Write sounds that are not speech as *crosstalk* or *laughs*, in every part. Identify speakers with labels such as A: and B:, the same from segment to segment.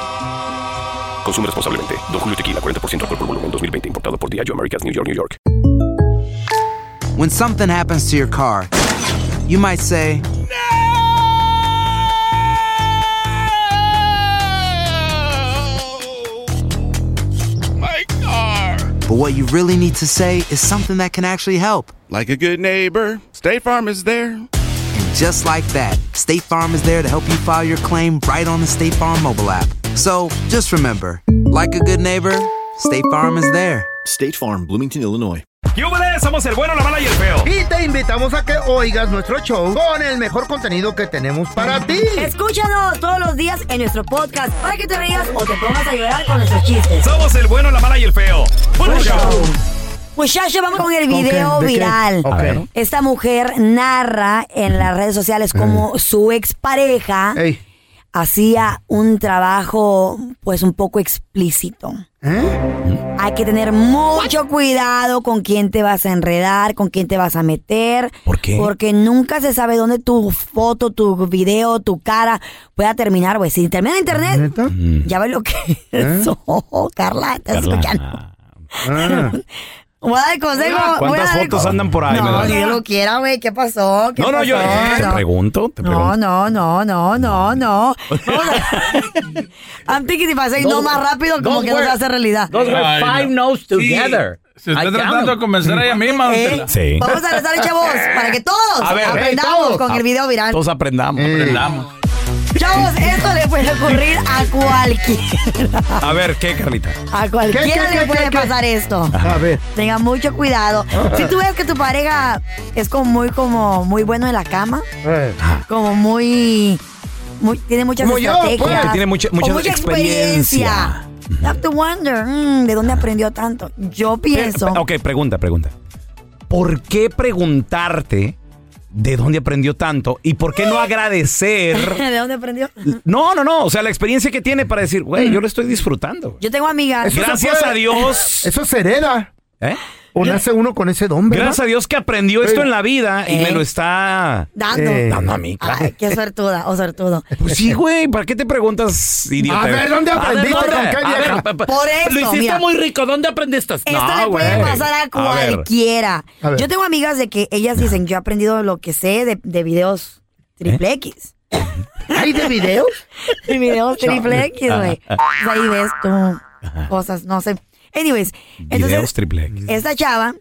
A: Consume responsablemente. Don Julio Tequila, 40% alcohol por volumen, 2020. Importado por Diageo Americas, New York, New York.
B: When something happens to your car, you might say,
C: My car!
B: but what you really need to say is something that can actually help.
C: Like a good neighbor, State Farm is there.
B: And just like that, State Farm is there to help you file your claim right on the State Farm mobile app. So just remember, like a good neighbor, State Farm is there.
D: State Farm, Bloomington, Illinois.
E: ¿Qué hubo de? Somos el bueno, la mala y el feo.
F: Y te invitamos a que oigas nuestro show con el mejor contenido que tenemos para ti.
G: Escúchanos todos los días en nuestro podcast para que te rías o te pongas a llorar con nuestros chistes.
E: Somos el bueno, la mala y el feo. ¡Bueno show!
G: Muchachos, vamos Pues con el
F: ¿Con qué?
G: video
F: ¿De qué?
G: viral.
F: Ok.
D: ver.
G: Esta mujer narra en las redes sociales cómo su expareja
F: Ey.
G: hacía un trabajo pues un poco explícito.
F: ¿Eh?
G: Hay que tener mucho cuidado con quién te vas a enredar, con quién te vas a meter.
D: ¿Por qué?
G: Porque nunca se sabe dónde tu foto, tu video, tu cara pueda terminar, güey. Si termina en internet,
F: ¿Neta?
G: ya ves lo que es. Oh, *laughs* Carla, estás escuchando.
F: Ah.
G: Voy a dar el consejo. voy a
E: ¿Cuántas
G: dar el
E: fotos
G: co-
E: andan por ahí?
G: Ah, No,
E: verdad?
G: ni yo lo quiera, güey. ¿Qué pasó? ¿Qué
E: No, no, yo-
G: pasó?
E: Te
G: No.
D: pregunto, te
G: No, no, no, no, no, no. Vamos a... I'm thinking if I say no más rápido, como
H: Those
G: que no se
H: were-
G: hace realidad.
H: Those were
E: Ay,
H: five no's together.
I: Se está
H: I
I: tratando de
H: count.
I: convencer a ella misma. don Tela.
D: Sí.
G: Eh, Vamos a rezar, chavos, para que todos
D: A ver, hey,
G: aprendamos
D: todos.
G: con el video viral.
D: Todos aprendamos.
I: Eh. Aprendamos.
G: Chavos, esto le puede ocurrir a cualquiera.
D: A ver, ¿qué, Carlita?
G: A cualquiera
F: ¿Qué, qué,
G: le
F: qué,
G: puede
F: qué, qué?
G: pasar esto.
F: A ver.
G: Tenga mucho cuidado. Si tú ves que tu pareja es como muy, como muy bueno en la cama,
F: Eh.
G: como muy, muy- tiene muchas
F: Como
D: oh,
F: yo, pues.
G: estrategias,
D: Tiene mucha-
G: o
D: mucha
G: experiencia. You have to wonder, mm, ¿de dónde aprendió tanto? Yo pienso.
D: Pe- Eh, ok, pregunta, pregunta. ¿Por qué preguntarte de dónde aprendió tanto y por qué no
G: Eh.
D: agradecer?
G: *laughs* ¿De dónde aprendió?
D: No, no, no. O sea, la experiencia que tiene para decir, güey, yo lo estoy disfrutando. güey.
G: Yo tengo amigas.
F: Eso se
D: Gracias
F: puede.
D: a Dios.
F: Eso se hereda.
D: ¿eh?
F: O nace uno con ese don, ¿verdad?
D: Gracias a Dios que aprendió esto en la vida y
G: Eh.
D: me lo está
G: Dando. Ah.
F: Eh.
D: dando a mí. claro.
G: Ay, qué suertuda, o suertudo.
D: Pues sí, güey, ¿para qué te preguntas, idiota?
F: A ver, ¿dónde
D: A ver,
F: aprendiste?
D: ¿dónde?
F: ¿Con qué
D: A
F: vieja?
D: ver, pa- pa-
G: Por eso,
D: Lo hiciste
G: mira.
D: muy rico, ¿dónde aprendiste?
G: Esto le puede
D: güey.
G: pasar a
D: ver.
G: cualquiera.
F: A ver.
G: Yo tengo amigas de que ellas dicen, yo he aprendido lo que sé de, de videos triple X.
F: ¿Eh? ¿Hay de videos?
G: *laughs* De videos triple X, güey. Pues ahí ves tú cosas, no sé. Anyways,
D: Videos
G: entonces
D: triple X.
G: esta chava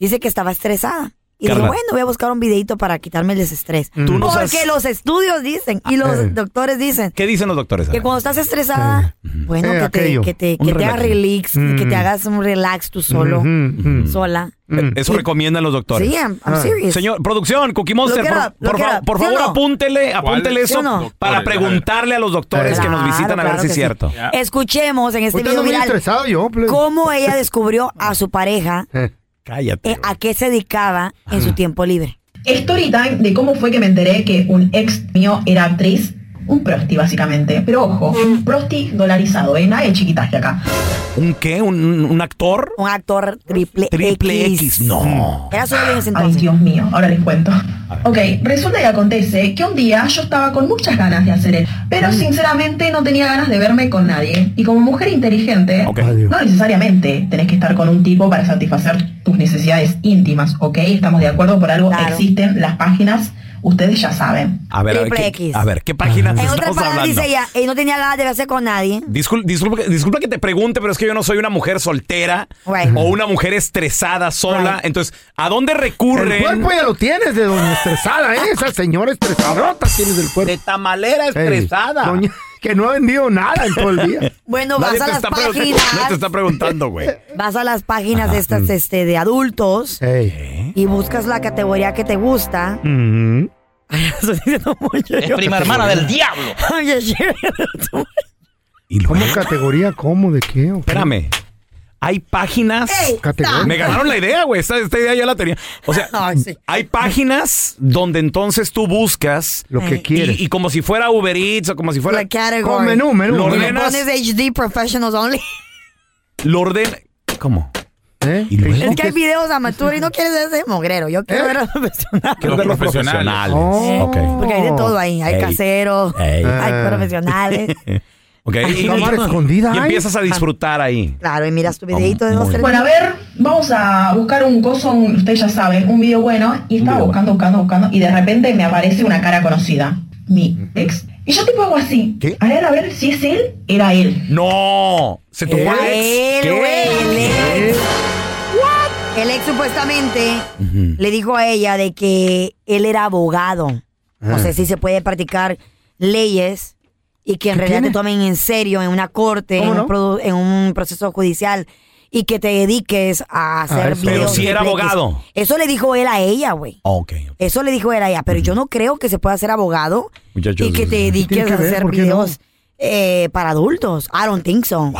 G: dice que estaba estresada. Y dijo,
D: Carla.
G: bueno, voy a buscar un videito para quitarme el desestrés.
F: Mm.
D: Tú no
G: Porque
D: seas-
G: los estudios dicen y
F: Eh.
G: los doctores dicen
D: ¿Qué dicen los doctores? A
G: que
D: ver.
G: cuando estás estresada, bueno,
F: Eh,
G: que te,
F: aquello.
G: que te,
D: Un
G: que te
D: relax.
G: hagas relax, que te hagas un relax tú solo,
F: Mm, mm.
G: sola.
D: Eso recomiendan los doctores. Ah.
G: Sí, I'm, I'm serious.
D: Señor, producción, Cookie Monster,
G: Look it
D: por,
G: up, look
D: por
G: it
D: fa-
G: up.
D: por
G: ¿Sí o
D: favor,
G: no?
D: apúntele, apúntele
I: ¿Cuáles
G: son
D: eso
G: doctores?
D: para
I: A ver.
D: preguntarle a los doctores que nos
G: Claro,
D: visitan a ver
G: claro
D: si
G: que
D: es
G: sí.
D: cierto.
G: Escuchemos en este
F: Ahorita
G: video
F: ando muy
G: viral
F: estresado yo, ple-
G: cómo ella descubrió a su pareja
F: Eh.
D: Cállate.
G: eh, a qué se dedicaba en su tiempo libre.
J: Story time de cómo fue que me enteré que un ex mío era actriz, un prosti básicamente. Pero ojo,
G: Mm.
J: un prosti dolarizado, ¿eh? Nada de chiquitaje acá.
D: ¿Un qué? ¿Un, un- un actor?
G: Un actor triple,
D: Triple X. No.
G: Era solo en ese
J: Ay,
G: entonces.
J: Dios mío, ahora les cuento. Ok, resulta y acontece que un día yo estaba con muchas ganas de hacer él,
G: Mm.
J: pero sinceramente no tenía ganas de verme con nadie. Y como mujer inteligente,
D: Ok.
J: no necesariamente tenés que estar con un tipo para satisfacer tus necesidades íntimas, ¿ok? Estamos de acuerdo, por algo
G: Claro.
J: existen las páginas ustedes ya saben.
D: A ver, a ver,
G: Triple
D: ¿qué,
G: X.
D: a ver, ¿qué páginas
G: En otras
D: estamos
G: palabras,
D: hablando?
G: dice ella, y no tenía ganas de verse con nadie.
D: Discul- disculpa, disculpa que te pregunte, pero es que yo no soy una mujer soltera
G: Right.
D: o una mujer estresada sola.
G: Right.
D: Entonces, ¿a dónde
F: El
D: recurren?
F: cuerpo ya lo tienes de doña estresada, ¿eh? Esa señora estresadota tienes del cuerpo.
D: De tamalera
F: Ey,
D: estresada.
F: doña- que no ha vendido nada en todo el día.
G: *laughs* Bueno,
D: Nadie
G: vas a
D: te
G: las
D: está pregun-
G: páginas.
D: nadie te está preguntando, güey.
G: Vas a las páginas estas este, de adultos
F: Ey.
G: y buscas la categoría que te gusta.
D: *laughs*
F: Mm.
G: Ay, estoy diciendo
D: pues,
G: mucho yo.
E: hermana del diablo.
G: *laughs* Oye, Sherry, tú-
D: ¿Y luego?
F: ¿Cómo categoría? ¿Cómo? ¿De qué? ¿O qué?
D: Espérame. Hay páginas.
G: Ey,
F: Categoría.
D: Me ganaron la idea, güey. Esta, esta idea ya la tenía. O sea,
G: *laughs* Ay, sí.
D: hay páginas donde entonces tú bustas
F: Lo que
G: Ey.
F: quieres.
D: y, y como si fuera Uber Eats o como si fuera.
G: La category.
F: Con menú, menú.
D: Lo
F: menú.
D: ordenas.
G: Pones HD Professionals Only.
D: Lo ordena. ¿Cómo?
F: ¿Eh?
D: ¿Y luego?
G: Es que hay videos amateur y no quieres ver ese mogrero. Yo quiero
F: ¿Eh?
G: ver a los
F: *laughs*
G: profesionales.
D: Quiero ver los profesionales.
F: Oh. Ah.
D: Ok.
G: Porque hay de todo ahí. Hay
D: Ey.
G: caseros,
D: Ey.
G: hay profesionales.
D: *laughs* Ok. Y,
F: Cámara escondida,
D: y
F: ay.
D: empiezas a disfrutar ahí.
G: Claro, y miras tu videito de
D: Muy
G: dos, tres
J: Bueno, a ver, vamos a buscar un coso, un- usted ya sabe, un video bueno. Y estaba
D: video
J: buscando, buscando, buscando. Y de repente me aparece una cara conocida. Mi ex. Y yo tipo hago así.
F: ¿Qué?
J: A ver, a ver si es él. Era él.
D: No. ¿Se tuvo
G: Era
D: el ex?
G: él, güey,
D: ¿Qué?
G: el ex. El ex supuestamente le dijo a ella de que él era abogado. No
F: Ah.
G: sé si se puede practicar leyes y que en
F: ¿Qué
G: realidad
F: tiene?
G: te tomen en serio en una corte, en,
F: ¿Cómo
G: un
F: no?
G: produ- en un proceso judicial y que te dediques a hacer
F: Ah, eso.
G: videos.
D: Pero si era
G: de X.
D: abogado.
G: Eso le dijo él a ella, güey.
D: Ok.
G: Eso le dijo él a ella, pero yo no creo que se pueda ser abogado
D: Muchachos,
G: y que te
D: ¿qué
G: dediques
F: tiene que
G: a
F: ver?
G: hacer
F: ¿Por qué no?
G: videos eh, para adultos. I don't think so.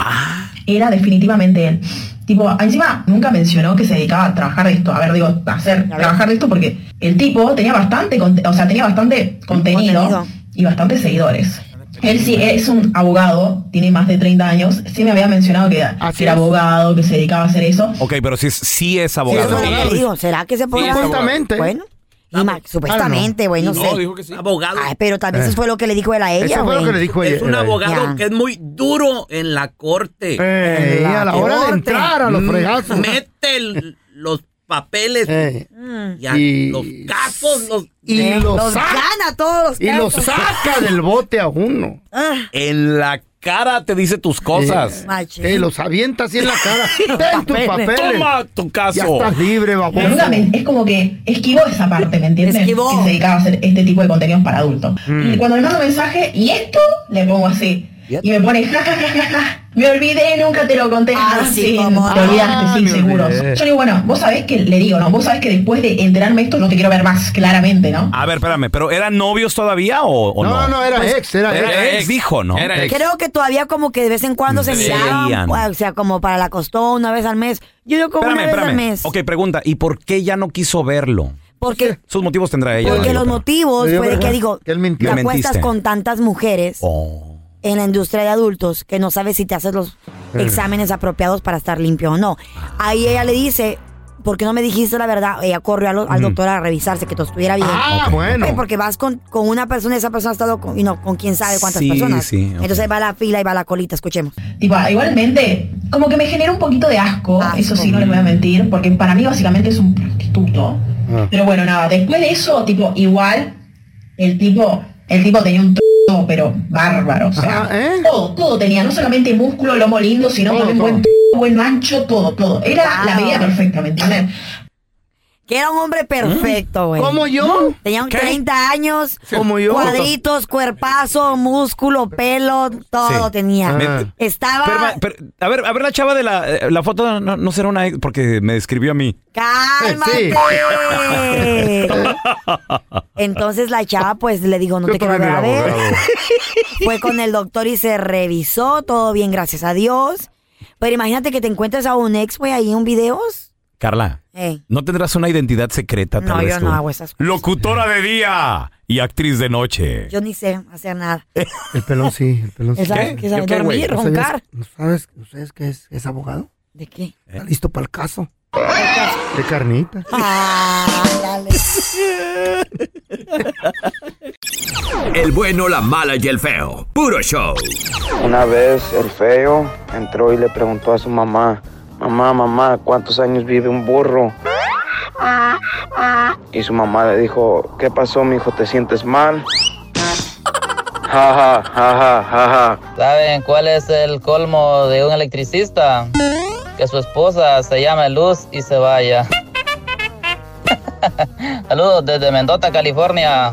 J: Era definitivamente él. Tipo, encima nunca mencionó que se dedicaba a trabajar de esto. A ver, digo, a hacer,
G: ver.
J: trabajar de esto porque el tipo tenía bastante, conte- o sea, tenía bastante contenido,
G: Contenido.
J: y bastantes seguidores. Él sí es un abogado, tiene más de 30 años. Sí me había mencionado que, era-
F: Así
J: que era
F: es.
J: abogado, que se dedicaba a hacer eso.
D: Ok, pero si es, sí es
G: Sí,
D: abogado.
G: eso es lo que
D: Sí.
G: le digo. ¿Será que se puede?
D: es abogado.
F: Supuestamente.
G: Bueno, y ma- supuestamente, güey, no, sé.
D: que sí. Abogado.
G: Ay, pero tal
F: Eh.
G: vez eso fue lo que le dijo él a ella,
F: Eso fue lo
G: güey.
F: que le dijo ella. era ella.
G: abogado Ya. que
D: es muy duro en la corte.
F: Ey, Eh, a la hora de
G: Corte. Mm.
F: entrar a los fregazos.
D: Mete los papeles
F: Ey.
D: y los casos los,
F: Y
G: Eh,
F: lo
G: Mm. los
F: saca.
G: gana todos los
F: Y lo
G: casos.
F: saca del bote a uno.
G: Ah,
D: pues. en la cara te dice tus cosas.
G: machín.
F: Te Eh, los avienta así en la
G: *laughs*
F: cara. Ten tus
G: Eh. papeles.
F: papeles.
D: Toma tu
F: Ya
D: caso.
F: estás libre,
J: Pero
F: baboso.
J: nunca me- es como que esquivó esa parte, ¿me entiendes?
G: Esquivó.
J: Que se dedicaba a hacer este tipo de contenidos para adultos.
F: Mm.
J: Y cuando le mando mensaje, y esto le pongo así. Y me pone, ja, ja, ja, ja, ja, me olvidé, nunca te lo conté.
G: Ah,
J: Ah,
G: sí,
J: sí,
G: cómo
J: te
G: no.
J: olvidaste,
F: Ah,
J: sí,
F: me
J: seguro.
F: olvidé.
J: Yo digo, bueno, vos sabés que, le digo, ¿no? Vos sabés que después de enterarme esto no te quiero ver más, claramente, ¿no?
D: A ver, espérame, ¿pero eran novios todavía o, o
F: No,
D: no?
F: no, no, era ex, era,
D: Era
F: ex.
D: ex, dijo, ¿no?
E: Era ex.
G: Pues, Creo que todavía como que de vez en cuando se
D: Se
G: miraban,
D: veían.
G: o sea, como para la costó una vez al mes. Yo digo como
D: Espérame,
G: una vez al
D: espérame.
G: mes.
D: Ok, pregunta, ¿y por qué ya no quiso verlo?
G: Porque,
D: Sus motivos tendrá ella.
G: porque
D: digo,
G: los
D: pero-
G: motivos
F: Le dio
G: fue de que
F: vergüenza
G: digo,
F: que él mintió.
G: te
D: Le
G: acuestas
D: mentiste.
G: con tantas mujeres
D: Oh.
G: en la industria de adultos que no sabes si te haces los exámenes apropiados para estar limpio o no. Ahí ella le dice, ¿por qué no me dijiste la verdad? Ella corrió al, al doctor a revisarse que todo estuviera bien.
F: Mm. Ah, bueno.
G: Güey, Porque vas con, con una persona y esa persona ha estado con, y no, con quién sabe cuántas
D: Sí,
G: personas.
D: sí, ok.
G: Entonces va la fila y va la colita, escuchemos.
J: Tipo, igualmente, como que me genera un poquito de asco,
G: Asco.
J: eso sí, no les voy a mentir, porque para mí básicamente es un prostituto.
D: Ah.
J: Pero bueno, nada, después de eso, tipo, igual, el tipo, el tipo tenía un todo, pero bárbaro, o sea,
F: Ah, ¿eh?
J: todo, todo tenía, no solamente músculo, lomo lindo, sino
F: Todo,
J: también buen
F: todo. Ah.
J: t- buen ancho, todo, todo. Era la
G: Wow.
J: medida perfecta, ¿me entiendes?
G: Que era un hombre perfecto, güey.
F: ¿Mm? ¿Como yo?
G: Tenía un
D: ¿Qué?
G: 30 años,
F: Como yo.
G: cuadritos, cuerpazo, músculo, pelo, todo
D: Sí.
G: tenía.
F: Ah.
G: Estaba...
D: Pero, pero, a ver, a ver la chava de la, eh, la foto, no, no será una ex, porque me describió a mí.
G: ¡Cálmate! Entonces la chava pues le digo, no
F: Yo
G: te quiero
F: también
G: volver a
F: era
G: ver.
F: abogado.
G: *laughs* Fue con el doctor y se revisó, todo bien, gracias a Dios. Pero imagínate que te encuentres a un ex, güey, ahí en videos.
D: *laughs* Carla,
G: Ey.
D: ¿no tendrás una identidad secreta? tal
G: No,
D: vez
G: yo
D: tú?
G: no hago esas cosas.
D: Locutora de día y actriz de noche.
G: Yo ni sé hacer nada.
F: *laughs* El pelón sí, el pelón sí.
G: Él sabe- que sabe
D: ¿Yo qué, güey?
G: dormir,
F: ¿No sabías-
G: roncar.
F: ¿No sabes, ¿no sabes que es, es abogado?
G: ¿De qué?
F: Está listo para el caso. De
G: *laughs*
F: carnita.
G: Ah, dale.
H: El bueno, la mala y el feo. Puro show.
I: Una vez el feo entró y le preguntó a su mamá, mamá, mamá, ¿cuántos años vive un burro? Y su mamá le dijo, ¿qué pasó, mijo? ¿Te sientes mal? Ja, ja, ja, ja, ja, ja.
K: ¿Saben cuál es el colmo de un electricista? Que su esposa se llame Luz y se vaya. *laughs* Saludos desde Mendota, California.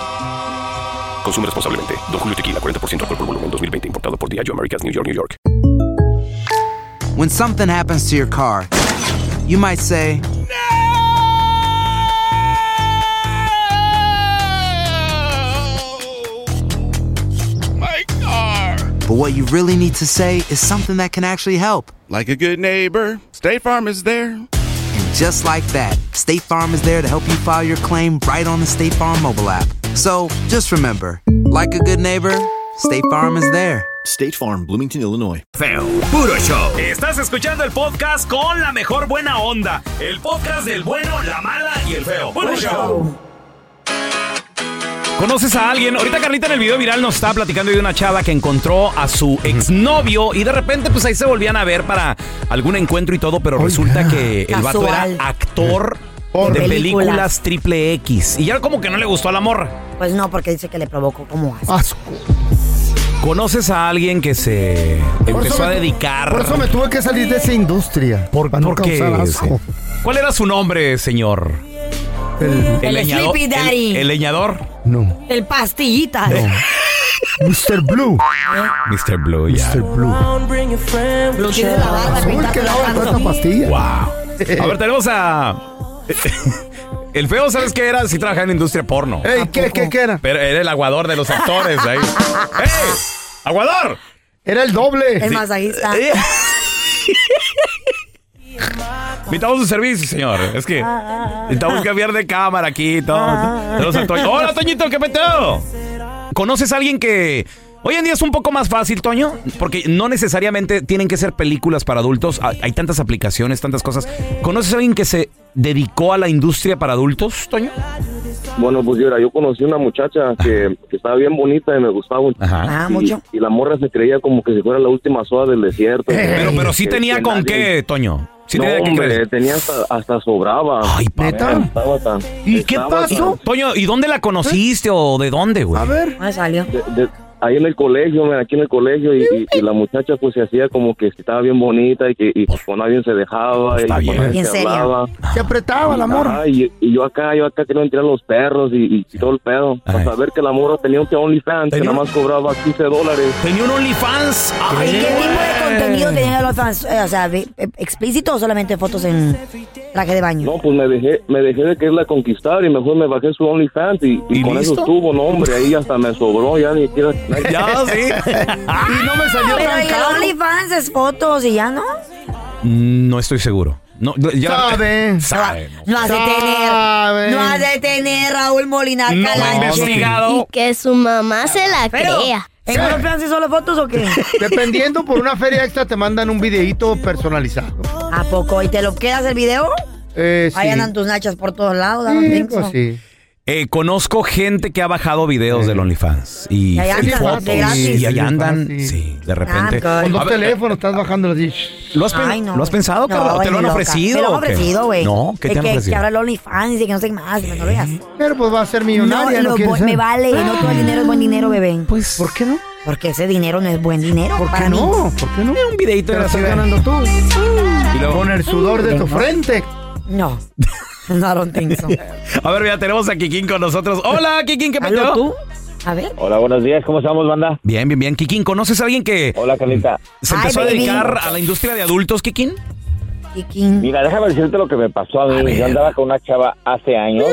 A: Consume responsablemente. Don Julio Tequila 40% alcohol por volumen 2020 importado por Diageo Americas New York New York.
B: When something happens to your car, you might say,
C: My car.
B: but what you really need to say is something that can actually help.
C: Like a good neighbor, State Farm is there.
B: And just like that, State Farm is there to help you file your claim right on the State Farm mobile app. So just remember, like a good neighbor, State Farm is there.
L: State Farm, Bloomington, Illinois.
H: Feo, puro show.
E: Estás escuchando el podcast con la mejor buena onda. El podcast del bueno, la mala y el feo. Puro show.
D: ¿Conoces a alguien? Ahorita Carlita en el video viral nos está platicando de una chava que encontró a su exnovio y de repente pues ahí se volvían a ver para algún encuentro y todo, pero resulta que el vato era
G: Casual.
D: actor
G: Por-
D: de
G: De películas.
D: películas triple X y ya como que no le gustó a la morra.
G: *laughs* Pues no, porque dice que le provocó como asco.
D: ¿Conoces a alguien que se empezó a
F: me tu-
D: dedicar?
F: Por eso me tuve que salir de esa industria. Por, para no
D: ¿Por qué?
F: causar asco.
D: ¿Cuál era su nombre, señor? El,
G: El
D: leñador.
G: Sleepy Daddy.
D: El, el leñador.
F: No.
G: El pastillita. *laughs*
F: Eh, *laughs* Mr. Blue.
D: Mr. Blue, ya.
F: Mr. Blue.
G: Lo tiene la barba, que está tragando.
F: pastilla.
D: Wow. A ver, tenemos a. eh, El feo, ¿sabes qué era? Si trabajaba en la industria porno.
F: Ey, ¿qué, qué, qué era?
D: Pero era el aguador de los actores
F: *laughs*
D: ahí. ¡Ey! ¡Aguador!
F: Era el doble.
G: El masajista.
F: Eh,
D: Invitamos su servicio, señor. Es
F: eh.
D: que
G: Ah,
D: necesitamos cambiar de cámara aquí y todo. Tenemos a Toño. ¡Hola, Toñito! ¿Qué peteo? ¿Conoces a alguien que hoy en día es un poco más fácil, Toño? Porque no necesariamente tienen que ser películas para adultos. Hay hay tantas aplicaciones, tantas cosas. ¿Conoces a alguien que se dedicó a la industria para adultos, Toño?
M: Bueno, pues yo, era- yo conocí una muchacha que, que estaba bien bonita y me gustaba.
D: Ajá.
G: Ah, mucho.
M: Y, y la morra se creía como que si fuera la última soda del desierto.
D: Eh, Pero, pero sí
M: Que-
D: tenía
M: Eh, que
D: con
M: nadie-
D: qué, Toño. Sí
M: no,
D: tenía que
M: hombre,
D: creer.
M: tenía hasta, hasta sobraba.
D: Ay, papá.
M: Estaba tan-
F: ¿Y qué
M: estaba
F: pasó?
D: Toño, ¿y dónde la conociste o de dónde, güey?
F: A ver. Eh,
G: Ah, salió.
M: tan- de- ahí en el colegio, mira, aquí en el colegio, y, y- y la muchacha pues se hacía como que estaba bien bonita y que y pues, con nadie se dejaba y
D: Está
M: con
D: bien.
M: nadie
G: Bien
M: se
G: seria.
M: hablaba.
F: Se apretaba el amor.
M: Ajá, y, y yo acá, yo acá quería entrar a los perros y, y- y todo el pedo. Para
D: Ay.
M: saber que la morra tenía un OnlyFans, que
D: ¿Tenía?
M: nada más cobraba 15 dólares.
D: Tenía un OnlyFans. Ah.
G: ¿Y
D: Ay,
G: qué
D: güey.
G: tipo de contenido tenían los fans? Eh, o sea, ve- eh, ¿explícito o solamente fotos en traje de baño?
M: No, pues me dejé, me dejé de quererla conquistar y mejor me bajé su OnlyFans y, y
D: ¿Y
M: con
D: listo?
M: eso estuvo, no hombre, ahí hasta me sobró, ya ni siquiera...
D: *laughs* Ya, sí.
F: Y no me salió
G: Pero
F: tan
G: y el
F: caro.
G: OnlyFans es fotos y ya, ¿no?
D: No estoy seguro. No, ya-
F: Sabe.
D: Sabe.
G: No has de tener.
F: Saben.
G: No has de tener, Raúl Molinar
D: No he
G: Calanche.
D: investigado.
N: Que su mamá se la
G: Pero,
N: crea.
G: ¿En OnlyFans es solo fotos
D: *laughs*
G: o qué?
F: Dependiendo por una feria extra te mandan un videíto personalizado.
G: ¿A poco? ¿Y te lo quedas el video?
F: Eh,
D: Pues
F: sí.
G: Ahí andan tus nachas por todos lados. I don't
F: Sí,
G: think
F: pues
G: so.
F: sí.
D: Eh, conozco gente que ha bajado videos del OnlyFans y,
G: Y ahí
D: y
G: andan,
D: fotos
G: de gratis.
D: y ahí andan,
F: Sí.
D: sí, de repente.
G: Ah,
F: Con
G: cool.
F: dos
D: A ver, eh,
F: teléfonos estás bajando así.
D: ¿Lo has, pe-
G: Ay, no,
D: ¿lo has
G: güey.
D: pensado,
G: No,
D: Carla? ¿O ¿Te
G: ni
D: lo han
G: loca.
D: ofrecido?
G: Me lo han
D: o qué?
G: ofrecido, güey.
D: No, ¿qué
G: De
D: te han
G: que- Que
D: ofrecido?
G: ahora el OnlyFans y que no sé qué más, que no lo veas.
F: Pero pues va a ser
G: No,
F: millonaria, no,
G: lo
F: quiere
G: voy-
F: ser.
G: me vale. No todo el dinero es buen dinero, bebé.
D: Pues,
F: ¿Por qué no?
G: Porque ese dinero no es buen dinero
F: ¿Por
G: para
F: qué
G: mí.
F: no? ¿Por qué no?
D: Un
F: Te
D: videito
F: la
D: de la
F: estás
D: ciudad.
F: ganando tú.
D: Y luego-
F: Con el sudor de tu
G: No. *laughs*
F: frente.
G: No. No, don't think so.
D: A ver, mira, tenemos a Kikín con nosotros. Hola, Kikín, ¿qué
G: ¿Aló
D: pasó?
G: tú? A ver.
D: Hola, buenos días, ¿cómo estamos, banda? Bien, bien, bien. Kikín, ¿conoces a alguien que. Hola, Carlita. ¿Se
G: Hi,
D: empezó a
G: baby.
D: dedicar a la industria de adultos, Kikín?
G: Kikín.
N: Mira, déjame decirte lo que me pasó a mí. Yo andaba con una chava hace años.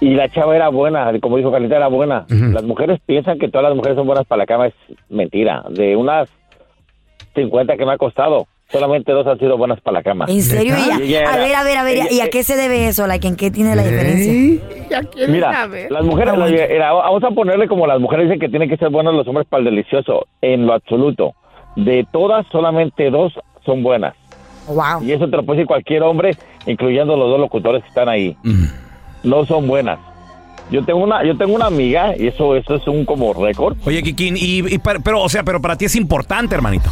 N: Y la chava era buena, como dijo Carlita, era buena. Las mujeres piensan que todas las mujeres son buenas para la cama. Es mentira. De unas 50 que me ha costado, solamente dos han sido buenas para la cama.
G: ¿En serio? Y a-
N: Y ella
G: a
N: era-
G: ver, a ver, a ver.
N: ella-
G: ¿Y a qué se debe eso? Like, ¿En qué tiene
D: ¿Eh?
G: la diferencia? Ah,
N: Mira, las mujeres, las- era- vamos a ponerle como las mujeres dicen que tienen que ser buenos los hombres para el delicioso, en lo absoluto. De todas, solamente dos son buenas.
G: Wow.
N: Y eso te lo puede decir cualquier hombre, incluyendo los dos locutores que están ahí.
D: Mm.
N: No son buenas. Yo tengo una, yo tengo una amiga y eso, eso es un como récord.
D: Oye, Kikín, y, y para- pero, o sea, pero para ti es importante, hermanito.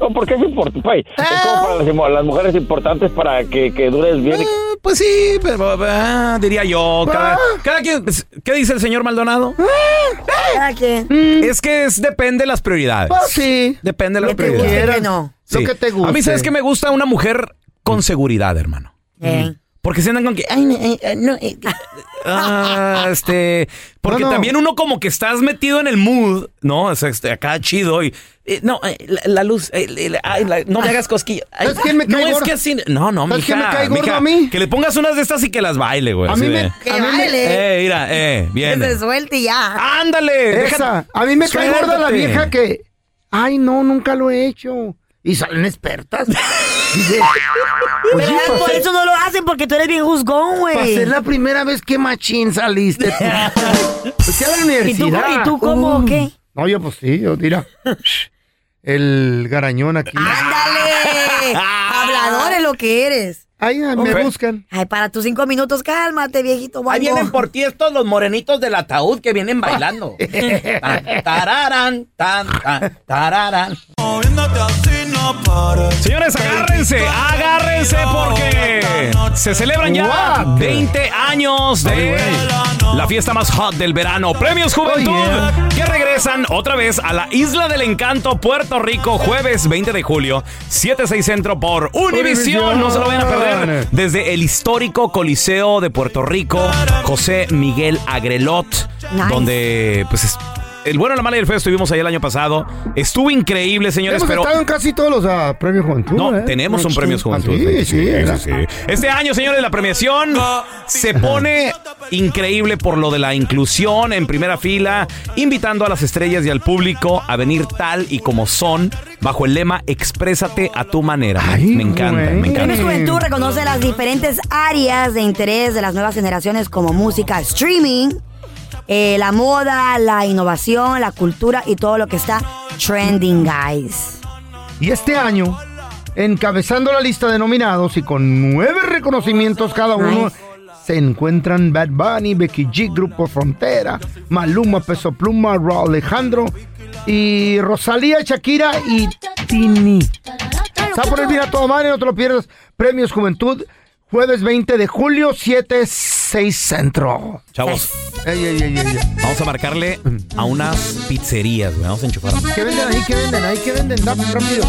N: No, porque es importante.
D: Ah.
N: Es como para las, emo- las mujeres importantes para que, que dures bien.
D: Pues sí, pero ah, diría yo. Cada, cada quien. pues, ¿Qué dice el señor Maldonado?
F: Ah.
D: Mm.
G: ¿A quién?
D: Es que es, depende de las prioridades.
F: Pues sí.
D: Depende de las
F: Lo que
D: prioridades.
F: quieras, Quieras, no. lo que te
D: A mí,
F: guste.
D: ¿sabes que me gusta? Una mujer con seguridad, hermano.
G: Eh.
O: Mm.
D: Porque se andan con que. Ay, no, eh, eh, no, eh,
F: *laughs*
D: ah, este. Porque
E: No, no.
D: también uno como que estás metido en el mood, ¿no? O sea, este, acá chido y. eh, no, eh, la, la luz. eh, eh, la- ay, la- no me hagas cosquillas. Ay,
F: ¿Sabes quién me cae
D: no es
F: gordo?
D: que así. No, no,
F: ¿Sabes
D: mija,
F: quién me cae gordo
D: mija,
F: a mí?
D: Que le pongas unas de estas y que las baile, güey.
F: A
D: así
F: mí me-
D: de,
G: Que baile.
D: Eh, mira, eh,
G: Que
F: *clears throat*
D: bien.
G: se suelte ya.
D: ¡Ándale!
F: Esa. A mí me cae gorda la
D: Suéltate.
F: vieja que. Ay, no, nunca lo he hecho. Y salen *laughs* expertas. Dice, pues,
G: Pero
F: "Oye, pa'
G: por
F: ser-
G: eso no lo hacen, porque tú eres bien juzgón,
F: pa'
G: güey.
F: ser la primera vez que machín saliste. tú.
G: *laughs*
F: Fui pues, a la
G: ¿Y tú,
F: universidad. Uh.
G: y tú cómo o qué?
F: No, yo pues sí, yo mira. El garañón aquí. *laughs*
G: ¡Ándale! *laughs* Hablador es lo que eres.
F: Ay, me buscan.
G: Ay, para tus cinco minutos, cálmate, viejito. guango.
D: por ti estos los morenitos
F: *laughs*
D: del ataúd que vienen bailando. Tararán, tan, tan, tararán. Señores, agárrense, agárrense porque se celebran ya
E: What?
D: 20 años de la fiesta más hot del verano, Premios Juventud, que regresan otra vez a la Isla del Encanto, Puerto Rico, jueves 20 de julio, 7-6 Centro por Univisión. No se lo vayan a perder desde el histórico Coliseo de Puerto Rico, José Miguel Agrelot, donde pues es- el bueno, la mala y el feo estuvimos ahí el año pasado. Estuvo increíble, señores,
F: Hemos
D: pero
F: estado en casi todos los ah, premios Juventud.
D: no,
F: ¿eh?
D: tenemos un premio Juventud.
F: Ah, sí, sí, era.
D: Este año, señores, la premiación se pone increíble por lo de la inclusión en primera fila, invitando a las estrellas y al público a venir tal y como son, bajo el lema Exprésate a tu manera. me encanta, me encanta. Mm.
G: Premios Juventud reconoce las diferentes áreas de interés de las nuevas generaciones como música, streaming, eh, la moda, la innovación, la cultura y todo lo que está trending, guys.
F: Y este año, encabezando la lista de nominados y con nueve reconocimientos cada uno, se encuentran Bad Bunny, Becky G, Grupo Frontera, Maluma, Peso Pluma, Raúl Alejandro y Rosalía, Shakira y Tini. Se va a poner bien a todo madre, no te lo pierdas. Premios Juventud, jueves 20 de julio, 7, 6 Centro.
D: Chavos,
F: Ey, ey, ey, ey, ey.
D: vamos a marcarle a unas pizzerías, güey, vamos a enchufar.
F: ¿Qué venden ahí? ¿Qué venden ahí? ¿Qué venden? Da rápido.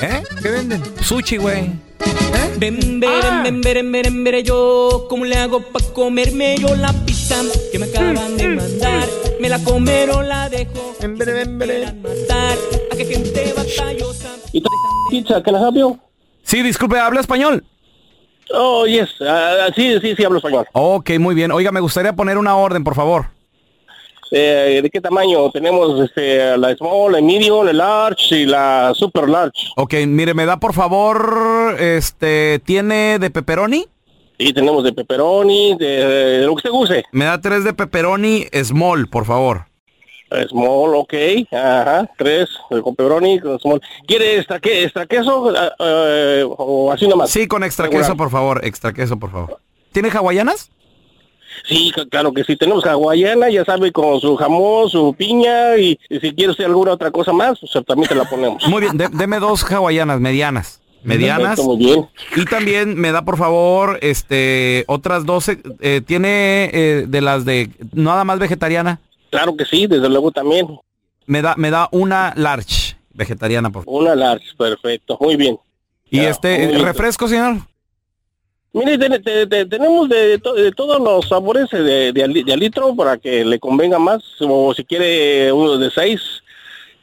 D: ¿Eh?
F: ¿Qué venden?
D: Sushi, güey.
G: ¿Eh?
O: Ven,
G: Ah.
O: veré, ven, veré, veré, veré yo cómo le hago pa' comerme yo la pizza que me acaban
G: Mm,
O: de mandar. Me la comeré la dejo.
F: En breve, en breve.
O: Matar a que gente batallosa.
P: Pizza, ¿que la cambio?
D: Sí, disculpe, ¿habla español?
P: Oh, yes. Ah, sí, sí, sí, hablo español.
D: Ok, muy bien. Oiga, me gustaría poner una orden, por favor.
P: Eh, ¿De qué tamaño? Tenemos este, la small, la medium, la large y la super large.
D: Ok, mire, me da por favor, este, ¿tiene de pepperoni?
P: Y tenemos de pepperoni, de, de lo que se use.
D: Me da tres de pepperoni small, por favor.
P: Eh, Small, ok. Ajá, tres eh, con pepperoni, con small. ¿Quiere extra, que- extra queso Ah, eh, o así nomás?
D: Sí, con extra queso, por favor, extra queso, por favor. ¿Tiene hawaianas?
P: Sí, c- claro que sí. Tenemos hawaiana, ya sabe, con su jamón, su piña y, y si quiere usted alguna otra cosa más, o sea, también te la ponemos.
D: Muy bien, de- deme dos
P: *laughs*
D: hawaianas, medianas. Medianas.
P: Perfecto, muy bien.
D: Y también me da por favor, este, otras 12. eh, ¿Tiene eh, de las de nada más vegetariana?
P: Claro que sí, desde luego también.
D: Me da, me da una large vegetariana, por favor.
P: Una large, perfecto, muy bien.
D: pues. Y
P: Ya,
D: este,
P: muy
D: eh,
P: bien.
D: refresco, señor.
P: Mire, te- te- te- tenemos de, to- de todos los sabores eh, de, de, al- de al litro para que le convenga más, o si quiere uno de seis,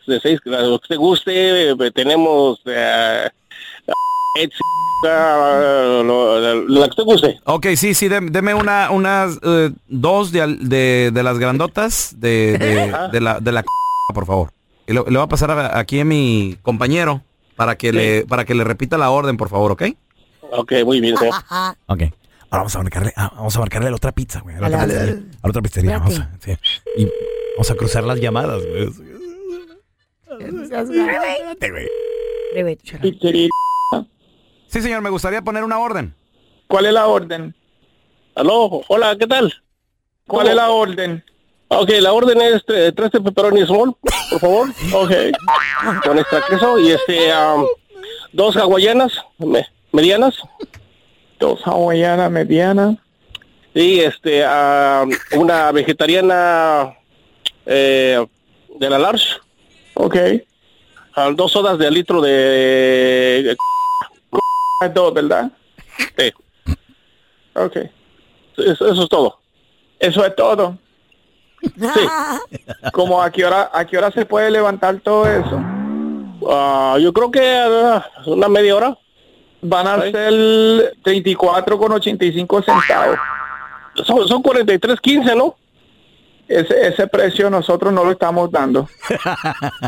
P: de seis, lo que usted guste, eh, tenemos eh, etcétera, lo- la, la que usted guste.
D: Ok, sí, sí, dem- deme una, unas eh, dos de, al- de, de las grandotas de,
P: *laughs*
D: de, de la, *laughs* de la c- por favor. Y lo- le voy a pasar a- aquí a mi compañero para que, le, para que le repita la orden, por favor, ¿ok?
P: Ok, muy bien, señor.
G: Ah.
D: Ok. Ahora vamos a marcarle, ah, vamos a marcarle a la otra pizza, güey. A la otra
P: Dale,
D: pizzería. A la otra pizzería, vamos a, sí. Y vamos a cruzar las llamadas, güey. Espérate, güey. Sí, señor, me gustaría poner una orden.
P: ¿Cuál es la orden? Aló, hola, ¿qué tal? ¿Cuál es la orden? Ok, la orden es eh, tres de pepperoni small, por favor. Ok. Con extra queso y este, am, dos hawaianas me- medianas. Dos hawaianas medianas. Y este, am, una vegetariana eh, de la large. Ok. dos sodas de litro de... eh, Dos, ¿verdad? Sí. Ok. Eso, eso es todo.
Q: Eso es todo. Como a qué hora, a qué hora se puede levantar todo eso.
P: Ah, yo creo que ah, una media hora.
Q: Van a ser 34 con 85 centavos.
P: Son, 43.15, ¿no?
Q: Ese, ese precio nosotros no lo estamos dando.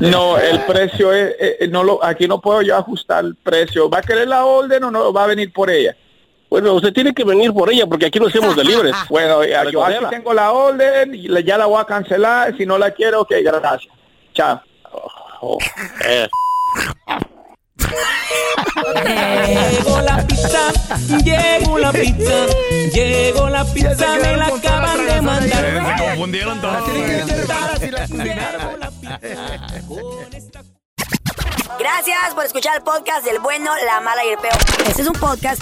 Q: No, el precio es, eh, no lo, aquí no puedo yo ajustar el precio. ¿Va a querer la orden o no va a venir por ella?
P: Bueno, usted tiene que venir por ella porque aquí
Q: *laughs*
P: no hacemos delibres.
Q: Bueno, ya, yo aquí
P: Recogerla.
Q: tengo la orden, y la- ya la voy a cancelar. Si no la quiero, ok, gracias. Chao. Oh,
P: Eh,
O: Llegó la pizza, llegó la pizza, llegó la pizza, me la acaban de mandar.
D: Se confundieron todos. *laughs*
G: Gracias por escuchar el podcast del bueno, la mala y el peor. Este es un podcast